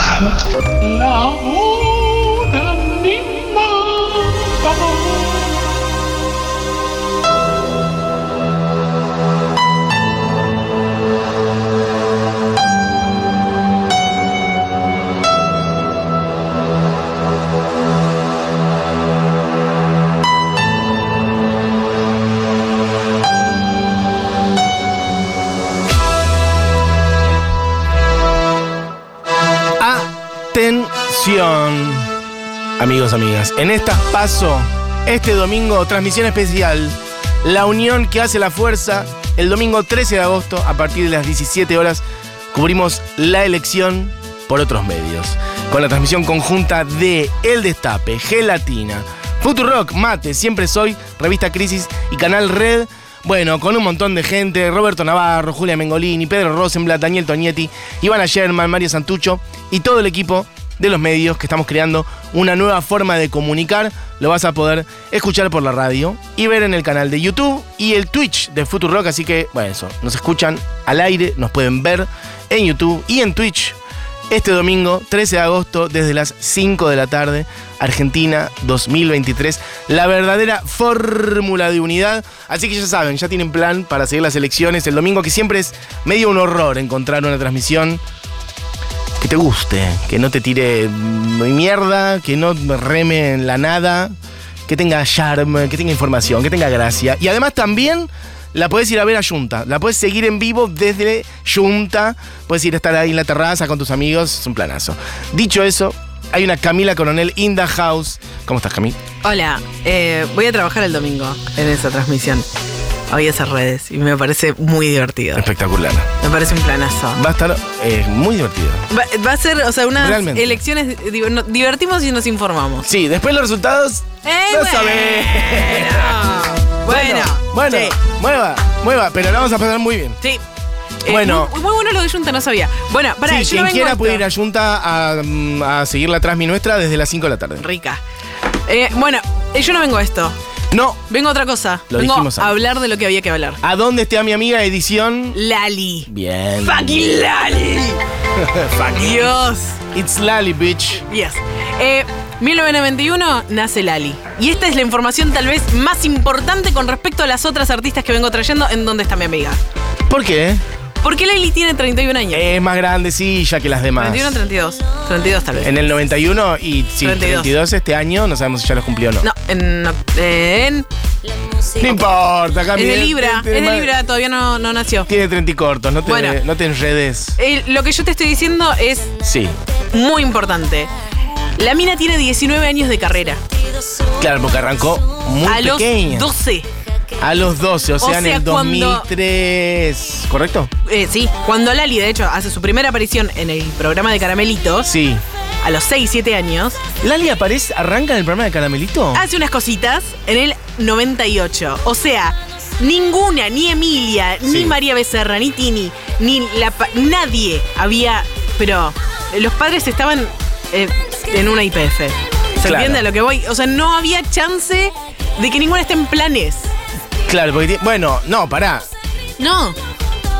La hora animada. Atención, amigos, amigas. En estas paso, este domingo, transmisión especial, la unión que hace la fuerza, el domingo 13 de agosto, a partir de las 17 horas, cubrimos la elección por otros medios, con la transmisión conjunta de El Destape, Gelatina, Futurock, Mate, Siempre Soy, Revista Crisis y Canal Red. Bueno, con un montón de gente, Roberto Navarro, Julia Mengolini, Pedro Rosenblatt, Daniel Tonietti, Ivana Sherman, Mario Santucho y todo el equipo de los medios que estamos creando una nueva forma de comunicar. Lo vas a poder escuchar por la radio y ver en el canal de YouTube y el Twitch de Futurock. Así que, bueno, eso, nos escuchan al aire, nos pueden ver en YouTube y en Twitch este domingo, 13 de agosto, desde las 5 de la tarde, Argentina 2023, la verdadera fórmula de unidad. Así que ya saben, ya tienen plan para seguir las elecciones el domingo, que siempre es medio un horror encontrar una transmisión que te guste, que no te tire mm, mierda, que no reme en la nada, que tenga charme, que tenga información, que tenga gracia. Y además también la podés ir a ver a Junta, la podés seguir en vivo desde Junta, puedes ir a estar ahí en la terraza con tus amigos, es un planazo. Dicho eso, hay una Camila Coronel in the house. ¿Cómo estás, Camila? Hola, eh, voy a trabajar el domingo en esa transmisión. Hoy esas redes y me parece muy divertido. Espectacular. Me parece un planazo. Va a estar eh, muy divertido. Va, va a ser, o sea, unas Realmente. elecciones, digo, no- divertimos y nos informamos. Sí, después los resultados. ¡Eh, no bueno! sabés. Bueno, Bueno, sí. mueva, mueva, pero la vamos a pasar muy bien. Sí. Eh, Bueno. Muy, muy bueno lo de Junta, no sabía. Bueno, para sí, yo quien vengo quiera esto. puede ir a Junta a, mm, a seguir la transmi nuestra desde las 5 de la tarde. Rica. Eh, bueno, eh, yo no vengo a esto. No, Vengo a otra cosa. Lo vengo dijimos a antes. hablar de lo que había que hablar. ¿a dónde está mi amiga edición? Lali. Bien. ¡Fucking Lali! Dios. It's Lali, bitch. Yes. Eh, 1991 nace Lali. Y esta es la información tal vez más importante con respecto a las otras artistas que vengo trayendo en dónde está mi amiga. ¿Por qué? Porque Lali tiene 31 años. Es más grandecilla que las demás. 31, 32. 32 tal vez. En el 91 y sí, 32. 32 este año, no sabemos si ya los cumplió o no. no, en, en, No importa, es Cami. eh, de Libra. Es tiene de más- Libra, todavía no, no nació. Tiene 30 y cortos, no te, Bueno. no te enredes. Eh, lo que yo te estoy diciendo es Sí. muy importante. La mina tiene 19 años de carrera. Claro, porque arrancó muy a pequeña. los 12. A los 12, o sea, en sea, el cuando- 2003. ¿Correcto? Eh, sí, cuando Lali, de hecho, hace su primera aparición en el programa de Caramelitos, Sí. a los 6, 7 años, ¿Lali aparece, arranca en el programa de Caramelito? hace unas cositas en el 98. O sea, ninguna, ni Emilia, Sí. ni María Becerra, ni Tini, ni la pa- nadie había. Pero los padres estaban eh, en una IPF. ¿Se Claro. entiende a lo que voy? O sea, no había chance de que ninguna esté en planes. Claro, porque. ti- Bueno, no, pará. No.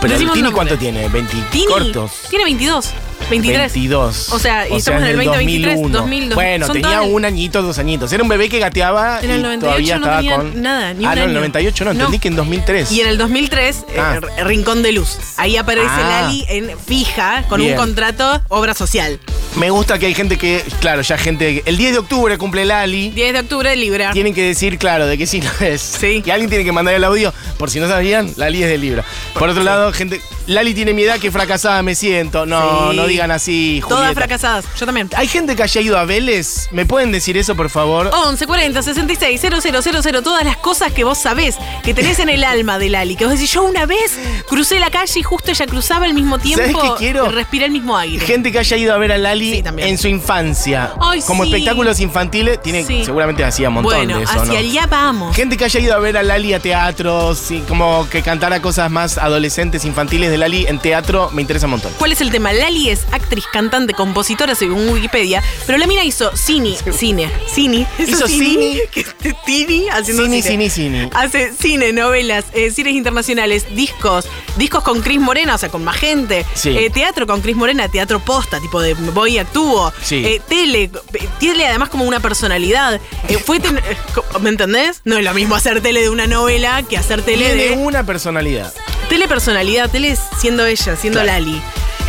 Pero Decimos Tini, nombre. ¿cuánto tiene? ¿20 Tini cortos? tiene 22, 23. 22. O sea, y estamos en el 2023, 2000, Bueno, son tenía todas- un añito, dos añitos. Era un bebé que gateaba En el y 98 todavía no estaba tenía con. nada, ni ah, un no, en el año. 98 no, No. entendí que en 2003. Y en el 2003, eh, Ah. R- Rincón de Luz. Ahí aparece Ah. Lali en fija con Bien. un contrato obra social. Me gusta que hay gente que, claro, ya gente. El 10 de octubre cumple Lali. 10 de octubre, Libra. Tienen que decir, claro, de qué signo es. Ah. Sí. Y alguien tiene que mandar el audio. Por si no sabían, Lali es de Libra. Por otro lado, gente. Lali tiene mi edad, que fracasada me siento. No, Sí. no digan así, Todas Julieta. fracasadas. Yo también. ¿Hay gente que haya ido a Vélez? ¿Me pueden decir eso, por favor? 11 40 66 000, todas las cosas que vos sabés, que tenés en el alma de Lali. Que vos decís, yo una vez crucé la calle y justo ella cruzaba al mismo tiempo. ¿Sabés qué quiero? y Respiré el mismo aire. Gente que haya ido a ver a Lali Sí, también. en su infancia. Ay, Como sí. espectáculos infantiles, tiene, Sí. seguramente hacía un montón bueno, de eso, hacia ¿no? allá vamos. Gente que haya ido a ver a Lali a teatros, y como que cantara cosas más adolescentes, infantiles de Lali en teatro, me interesa un montón. ¿Cuál es el tema? Lali es actriz, cantante, compositora según Wikipedia, pero la mina hizo cine, cine, cine. Hizo cine. que es Tini haciendo Cini, cini, cine. cini. Hace cine, novelas, eh, series internacionales, discos, discos con Cris Morena, o sea, con más gente, Sí. eh, teatro con Cris Morena, teatro posta, tipo de voy y actúo, Sí. eh, tele, eh, tele además como una personalidad. Eh, fue ten- eh, co- ¿Me entendés? No es lo mismo hacer tele de una novela que hacer tele de... Tiene una personalidad. Telepersonalidad, tele siendo ella, siendo Claro. Lali.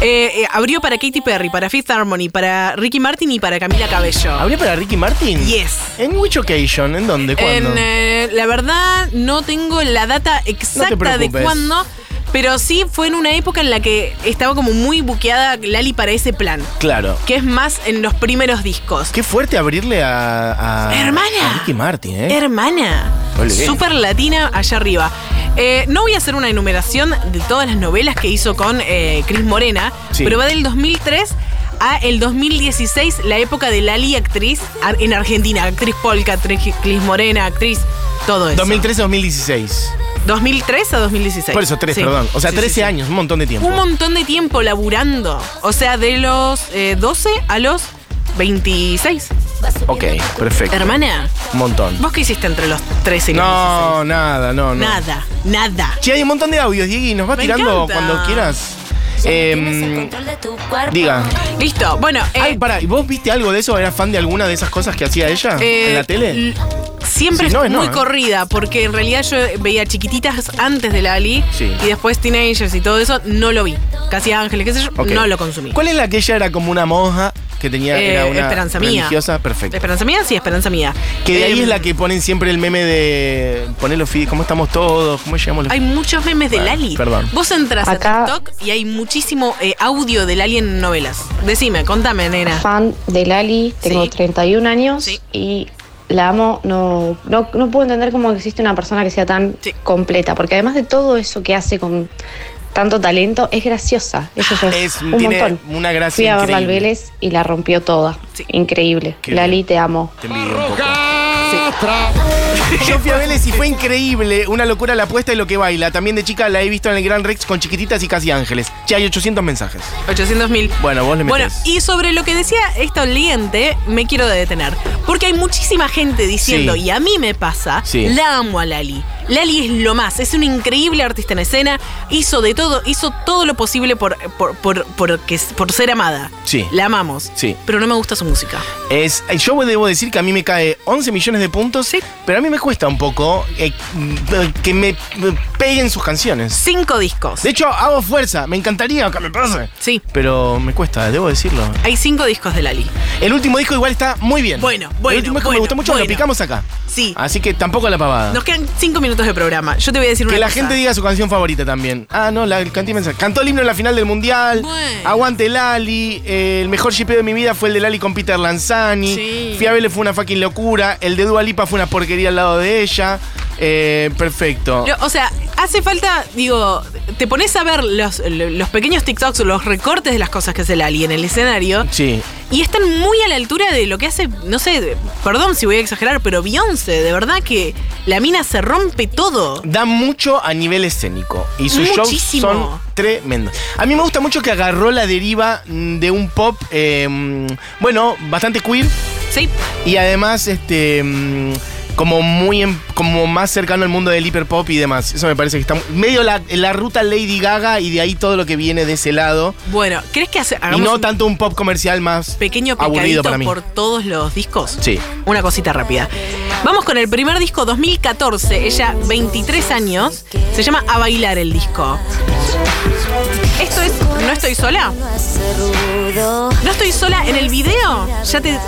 Eh, eh, abrió para Katy Perry, para Fifth Harmony, para Ricky Martin y para Camila Cabello. ¿Habría para Ricky Martin? Yes. ¿En which occasion? ¿En dónde? ¿Cuándo? En, eh, la verdad, no tengo la data exacta de preocupes. cuándo, pero sí fue en una época en la que estaba como muy buqueada Lali para ese plan, Claro. que es más en los primeros discos. Qué fuerte abrirle a. a- Hermana. a Ricky Martin, ¿eh? Hermana. Ole. Super latina allá arriba. Eh, no voy a hacer una enumeración de todas las novelas que hizo con eh, Cris Morena, Sí. pero va del 2003 a el 2016, la época de Lali, actriz ar- en Argentina, actriz polka, actriz Cris Morena, actriz, todo eso. 2013-2016. 2003 a 2016. Por eso, tres, Sí. perdón. O sea, Sí, sí, 13 sí. años, un montón de tiempo. Un montón de tiempo laburando. O sea, de los eh, 12 a los 26. Ok, perfecto. Hermana, Un montón. ¿vos qué hiciste entre los 13 y los 16? No, nada, no, no. Nada, nada. Che, hay un montón de audios, Diegui. Nos vas Me tirando encanta. cuando quieras. Em, Eh, diga. diga. Listo, bueno, eh, Ay, pará, ¿y ¿vos viste algo de eso? ¿Eras fan de alguna de esas cosas que hacía ella eh, en la tele? l- Siempre Si no, es es no, muy ¿eh? corrida, porque en realidad yo veía chiquititas antes de Lali Sí. y después Teenagers y todo eso, no lo vi. Casi Ángeles, qué sé yo, Ok. no lo consumí. ¿Cuál es la que ella era como una monja que tenía Eh, era una Esperanza Mía. religiosa? Perfecto. ¿Esperanza mía? Sí, esperanza mía. Que de ahí Eh, es la que ponen siempre el meme de poner los feed, cómo estamos todos, cómo llegamos los Hay muchos memes de Bueno, Lali. perdón. Vos entras Acá- a TikTok y hay muchísimo eh, audio de Lali en novelas. Decime, contame, nena. fan de Lali, tengo Sí. 31 años Sí. y la amo, no, no, no puedo entender cómo existe una persona que sea tan Sí. completa, porque además de todo eso que hace con tanto talento, es graciosa, eso ya es, Ah, Es- un tiene montón. una gracia Fui a verla al increíble. Vélez y la rompió toda, Sí. increíble. Qué Lali, bien. te amo. Te envidio un poco. Yo fui a Vélez y fue increíble, una locura la apuesta y lo que baila. También de chica la he visto en el Gran Rex con chiquititas y casi ángeles. Ya hay 800 mensajes. 800 mil. Bueno, vos le Bueno, metés. y sobre lo que decía esta oyente, me quiero detener. Porque hay muchísima gente diciendo, Sí. y a mí me pasa, Sí. la amo a Lali. Lali es lo más, es una increíble artista en escena, hizo de todo, hizo todo lo posible por, por, por, por que- por ser amada. Sí. La amamos. Sí. Pero no me gusta su música. Es, yo debo decir que a mí me cae 11 millones de puntos, Sí. pero a mí me cuesta un poco eh, que me me peguen sus canciones. Cinco discos. De hecho, hago fuerza, me encantaría que me pase. Sí. Pero me cuesta, debo decirlo. Hay cinco discos de Lali. El último disco igual está muy bien. Bueno, bueno, El último disco bueno, me gustó mucho, bueno. lo picamos acá. Sí. Así que tampoco la pavada. Nos quedan cinco minutos de programa. Yo te voy a decir una que la cosa. gente diga su canción favorita también. Ah, no, la canté mensaje. Cantó el himno en la final del mundial. Bueno. Aguante Lali. eh, el mejor shipeo de mi vida fue el de Lali con Peter Lanzani. Sí. Fiabele fue una fucking locura. El de Dua Lipa fue una porquería al lado de ella. Eh, perfecto. Pero, o sea, hace falta, digo, te pones a ver los, lo- los pequeños TikToks, los recortes de las cosas que hace Lali en el escenario sí. y están muy a la altura de lo que hace, no sé, de- perdón si voy a exagerar, pero Beyoncé, de verdad que la mina se rompe todo. Da mucho a nivel escénico. Y sus Muchísimo. shows son tremendos. A mí me gusta mucho que agarró la deriva mm, de un pop, eh, mm, bueno, bastante queer. Sí, Y además, este. mm, como muy en- como más cercano al mundo del hiperpop y demás. Eso me parece que está mu- medio la, la ruta Lady Gaga y de ahí todo lo que viene de ese lado. Bueno, ¿crees que hace, y hagamos no un tanto un pop comercial más pequeño aburrido picadito para mí. por todos los discos? Sí. Una cosita rápida. Vamos con el primer disco 2014. Ella, 23 años. Se llama A Bailar el disco. Esto es No estoy sola. No estoy sola en el video. Ya te eh,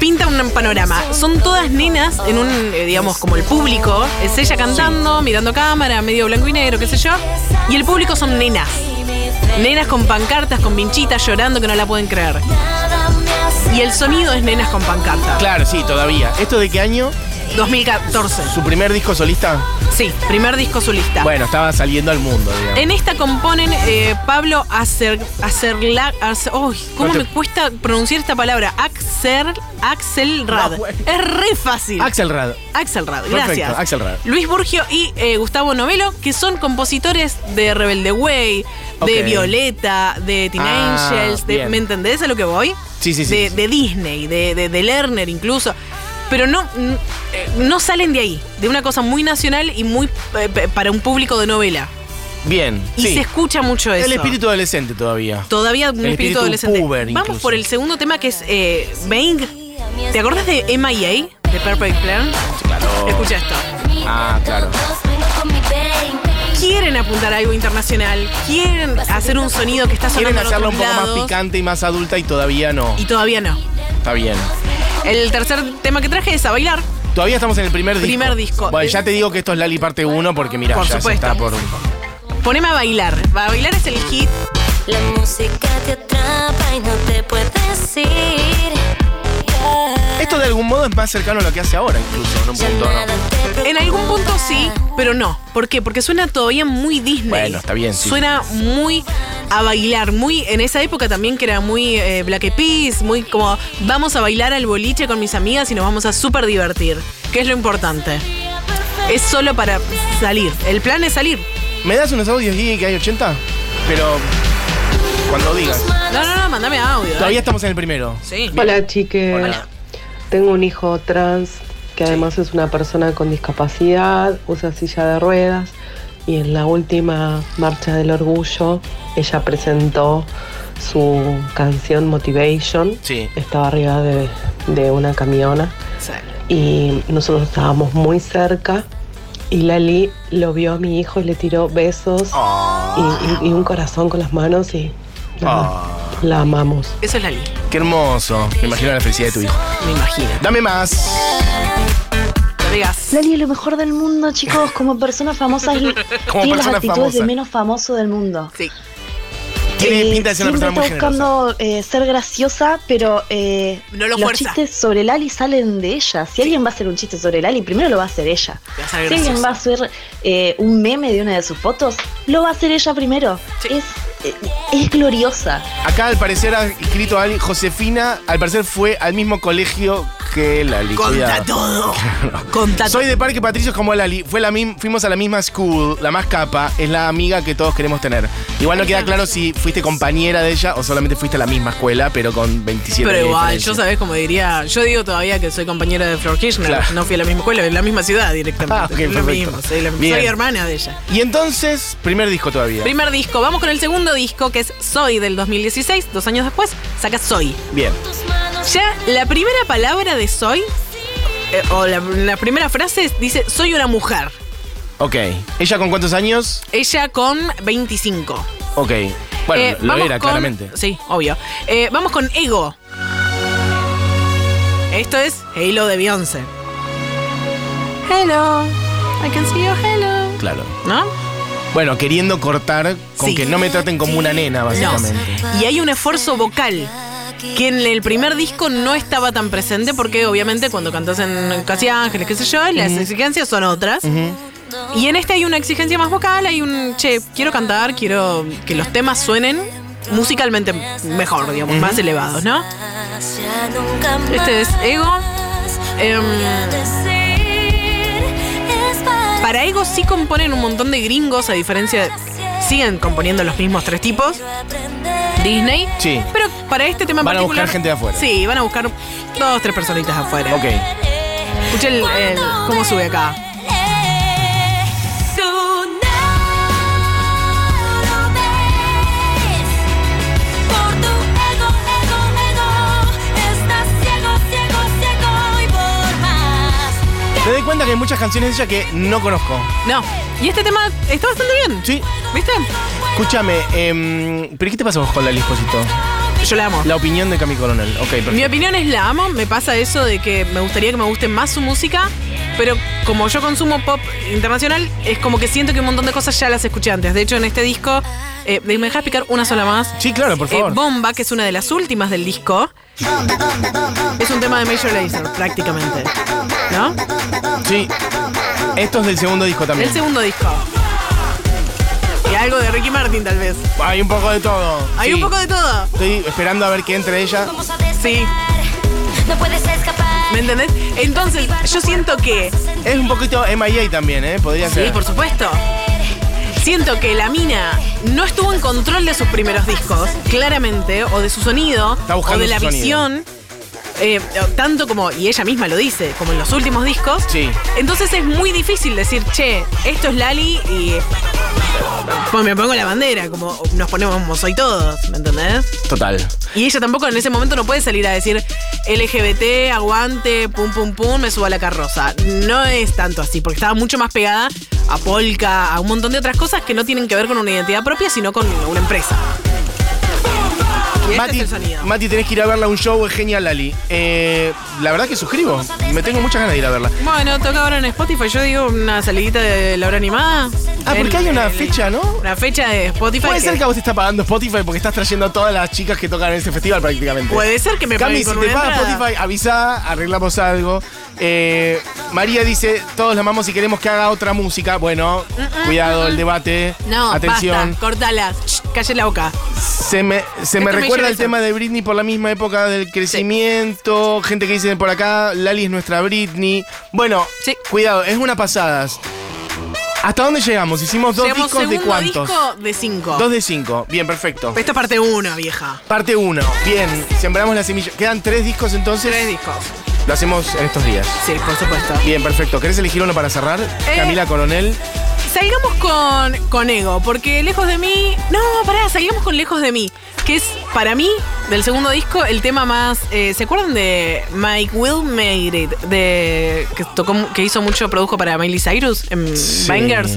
pinta un panorama. Son todas nenas en un, eh, digamos, como el público. Es ella cantando, mirando cámara, medio blanco y negro, qué sé yo. Y el público son nenas. Nenas con pancartas, con pinchitas, llorando que no la pueden creer. Y el sonido es nenas con pancartas. Claro, sí, todavía. ¿Esto de qué año? 2014. ¿Su primer disco solista? Sí, primer disco solista. Bueno, estaba saliendo al mundo, digamos. En esta componen eh, Pablo Acer, Acerla, Acer- uy, ¿Cómo No te- me cuesta pronunciar esta palabra? Axel, Axel Rad. No, bueno. es re fácil. Axelrad. Axel Rad, Perfecto, gracias. Axelrad. Luis Burgio y eh, Gustavo Novelo, que son compositores de Rebelde Way, de Ok. Violeta, de Teen Ah, Angels, de- bien. ¿me entendés a lo que voy? Sí, sí, sí, De, sí. de Disney, de, de, de Lerner incluso. Pero no, mm, eh, no salen de ahí, de una cosa muy nacional y muy eh, pe- para un público de novela. Bien. Y sí. se escucha mucho eso. El espíritu adolescente todavía. Todavía el un espíritu espíritu adolescente. puber Vamos incluso. por el segundo tema que es eh, Bang. ¿Te acordás de MIA? De Perfect Plan. Claro. Escucha esto. Ah, claro. Quieren apuntar a algo internacional. Quieren hacer un sonido que está sonando Quieren en hacerla un otros poco más lados, picante y más adulta y todavía no. Y todavía no. Está bien. El tercer tema que traje es a bailar. Todavía estamos en el primer disco. Primer disco. Bueno, ya te digo que esto es Lali parte 1 porque mira, Por ya se supuesto. está por Poneme a bailar. A bailar es el hit. La música te atrapa y no te puedes ir. Yeah. Esto de algún modo es más cercano a lo que hace ahora incluso, en un Ya punto, nada ¿no? te preocupa. En algún punto sí, pero no. ¿Por qué? Porque suena todavía muy Disney. Bueno, está bien, sí. Suena muy a bailar, muy en esa época también que era muy eh, Black Eyed Peas, muy como vamos a bailar al boliche con mis amigas y nos vamos a súper divertir, que es lo importante. Es solo para salir. El plan es salir. ¿Me das unos audios Guille, que hay 80? Pero cuando digas. No, no, no, mandame audio. ¿eh? Todavía estamos en el primero. Sí. Hola chiques, Hola. tengo un hijo trans que además es una persona con discapacidad, usa silla de ruedas y en la última marcha del orgullo ella presentó su canción Motivation, Sí. estaba arriba de, de una camiona Sí. y nosotros estábamos muy cerca y Lali lo vio a mi hijo y le tiró besos y, y- y un corazón con las manos y nada, Ah, la amamos. Eso es la línea, qué hermoso. Me imagino la felicidad de tu hijo. me imagino. Dame más. Te digas. Lali es lo mejor del mundo, chicos. Como persona famosa es- Como tiene las persona actitudes famosa. de menos famoso del mundo. Sí. Tiene Eh, pinta de ser una siempre persona muy está generosa. buscando eh, ser graciosa, pero eh, No lo los fuerza. chistes sobre Lali salen de ella. Si alguien va a hacer un chiste sobre Lali, primero lo va a hacer ella. Te vas a ver Si alguien gracioso. va a hacer eh, un meme de una de sus fotos, lo va a hacer ella primero. Sí. Es, eh, es gloriosa. Acá al parecer ha escrito alguien, Josefina, al parecer fue al mismo colegio que Lali. Conta Cuidado. todo. Conta todo. Soy de Parque Patricios como Lali. Fue la mim- fuimos a la misma school, la más capa, es la amiga que todos queremos tener. Igual no queda claro si fuiste compañera de ella o solamente fuiste a la misma escuela, pero con 27 Pero de igual, diferencia. yo sabés como diría, yo digo todavía que soy compañera de Flor Kirchner, Claro. no fui a la misma escuela, en la misma ciudad directamente. Ah, ok, Es lo perfecto. mismo, soy, la- soy Bien. hermana de ella. Y entonces, primer disco todavía. Primer disco, vamos con el segundo disco que es Soy del 2016, dos años después, saca Soy. Bien. Ya la primera palabra de Soy, eh, o la, la primera frase es- dice Soy una mujer. Ok. ¿Ella con cuántos años? Ella con 25. Ok. Bueno, Eh, lo vamos era, con- claramente. Sí, obvio. Eh, vamos con Ego. Esto es Halo de Beyoncé. Hello, I can see your hello. Claro. ¿No? Bueno, queriendo cortar con Sí. que no me traten como una nena, No. básicamente. Y hay un esfuerzo vocal que en el primer disco no estaba tan presente porque obviamente cuando cantas en Casi Ángeles, qué sé yo, las exigencias son otras. Y en este hay una exigencia más vocal, hay un, che, quiero cantar, quiero que los temas suenen musicalmente mejor, digamos, más elevados, ¿no? Ya nunca más Este es Ego. Em, decir es para para Ego sí componen un montón de gringos, a diferencia de... Siguen componiendo los mismos tres tipos, aprender. Disney. Sí. Pero para este tema en Van a particular- buscar gente de afuera. Sí, van a buscar dos, tres personitas afuera. Ok. Escuchen el- el- cómo sube acá. Tú no lo ves. Por tu ego, ego, ego. Estás ciego, ciego, ciego y por más. Me doy cuenta que hay muchas canciones de ella que no conozco. No. Y este tema está bastante bien. Sí. ¿Viste? Escúchame, em, ¿pero qué te pasa vos con la Lispósito? Yo la amo. La opinión de Cami Coronel. Ok, perfecto. Mi opinión es la amo, me pasa eso de que me gustaría que me guste más su música, pero como yo consumo pop internacional, es como que siento que un montón de cosas ya las escuché antes. De hecho, en este disco, eh, me deja explicar una sola más. Sí, claro, por Eh, favor. Bomba, que es una de las últimas del disco. Es un tema de Major Lazer, prácticamente. ¿No? sí. Esto es del segundo disco también. Del segundo disco. Y algo de Ricky Martin, tal vez. Hay un poco de todo. Hay Sí. un poco de todo. Estoy esperando a ver qué entre ella. Vamos a despegar. Sí. No puedes escapar. ¿Me entendés? Entonces, yo siento que Es un poquito MIA también, ¿eh? Podría Sí, ser. por supuesto. Siento que la mina no estuvo en control de sus primeros discos, claramente, o de su sonido, Está o buscando de la su sonido. visión, eh, tanto como, y ella misma lo dice, como en los últimos discos. Sí. Entonces es muy difícil decir, che, esto es Lali y eh, pues me pongo la bandera, como nos ponemos como soy todos, ¿me entendés? Total. Y este ella tampoco en ese momento no puede salir a decir LGBT, aguante, pum pum pum, me subo a la carroza. No es tanto así, porque estaba mucho más pegada a polka, a un montón de otras cosas que no tienen que ver con una identidad propia, sino con una empresa. Y este Mati, es el sonido. Mati, tenés que ir a verla a un show, es genial, Lali. Eh, la verdad que suscribo. Me tengo muchas ganas de ir a verla. Bueno, toca ahora en Spotify, yo digo una salidita de la hora animada. Ah, El- porque hay una el- fecha, ¿no? Una fecha de Spotify. Puede que- ser que a vos te está pagando Spotify porque estás trayendo a todas las chicas que tocan en ese festival prácticamente. Puede ser que me Cami, si paguen con te una paga entrada. Spotify, avisa, arreglamos algo. Eh, María dice, todos la amamos y queremos que haga otra música. Bueno, Mm, cuidado, el debate. No, Atención. basta, cortala, Ch, calle la boca. Se me, se me Esto me recuerda llena el eso. tema de Britney por la misma época del crecimiento. Gente que dice por acá, Lali es nuestra Britney. Bueno, Sí. cuidado, es una pasada. ¿Hasta dónde llegamos? Hicimos dos Llegamos discos de segundo cuántos? disco de cinco. Dos de cinco. Bien, perfecto. Esta es parte uno, vieja. Parte 1. Bien, sembramos la semilla. Quedan tres discos entonces. Tres discos. Lo hacemos en estos días. Sí, por supuesto. Bien, perfecto. ¿Querés elegir uno para cerrar? Eh. Camila Coronel. Salgamos con, con Ego, porque Lejos de mí. No, pará, salgamos con Lejos de mí, que es para mí, del segundo disco, el tema más. eh, ¿Se acuerdan de Mike Will Made It? De, que, tocó, mu- que hizo mucho, produjo para Miley Cyrus en Bangers.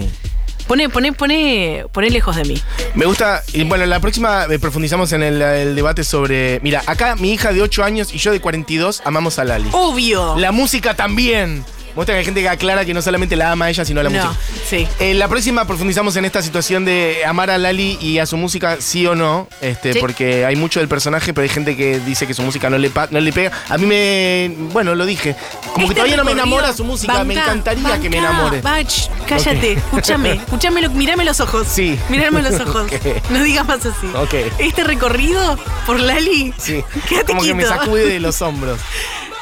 Pone, pone, pone, pone lejos de mí. Me gusta. Y bueno, la próxima eh, profundizamos en el, el debate sobre. Mira, acá mi hija de 8 años y yo de 42 amamos a Lali. Uh. Obvio. La música también. Me gusta que hay gente que aclara que no solamente la ama a ella, sino la no, música. sí. Eh, la próxima profundizamos en esta situación de amar a Lali y a su música sí o no, este, Sí. porque hay mucho del personaje, pero hay gente que dice que su música no le, pa- no le pega. A mí me, bueno, lo dije, como que Este todavía no me recorrido- enamora su música, me Bancá, encantaría que me bancá, enamore. Bach, cállate, escúchame, escúchame, lo- mirame los ojos. Sí. Mirame los ojos. Ok. No digas más así. Ok. Este recorrido por Lali, Sí, quédate como que me quieto. sacude de los hombros.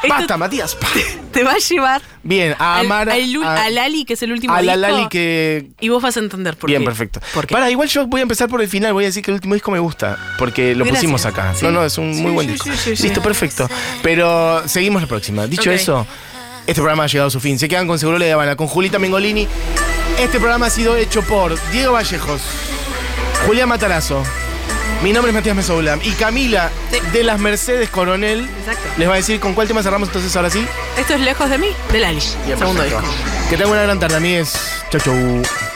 Esto- Basta, Matías. pa. te va a llevar Bien, a al- amar al ul- a, a Lali, que es el último a la disco, Lali que... Y vos vas a entender por Bien, qué. perfecto. ¿Por qué? Para, igual yo voy a empezar por el final, voy a decir que el último disco me gusta, porque lo Gracias. pusimos acá. Sí. No, no, es un Sí, muy buen sí, disco. sí, sí, sí. Listo, perfecto. Pero seguimos la próxima. Dicho Ok. eso, este programa ha llegado a su fin. Se quedan con Seguro Le Habana, con Julita Mengolini. Este programa ha sido hecho por Diego Vallejos, Julián Matarazo. Mi nombre es Matías Mesoulam y Camila de las Mercedes Coronel Exacto. les va a decir con cuál tema cerramos entonces ahora sí. Esto es lejos de mí, de Lali. Bien, segundo perfecto. disco. Que tengan una gran tarde, amigues. Chau, chau.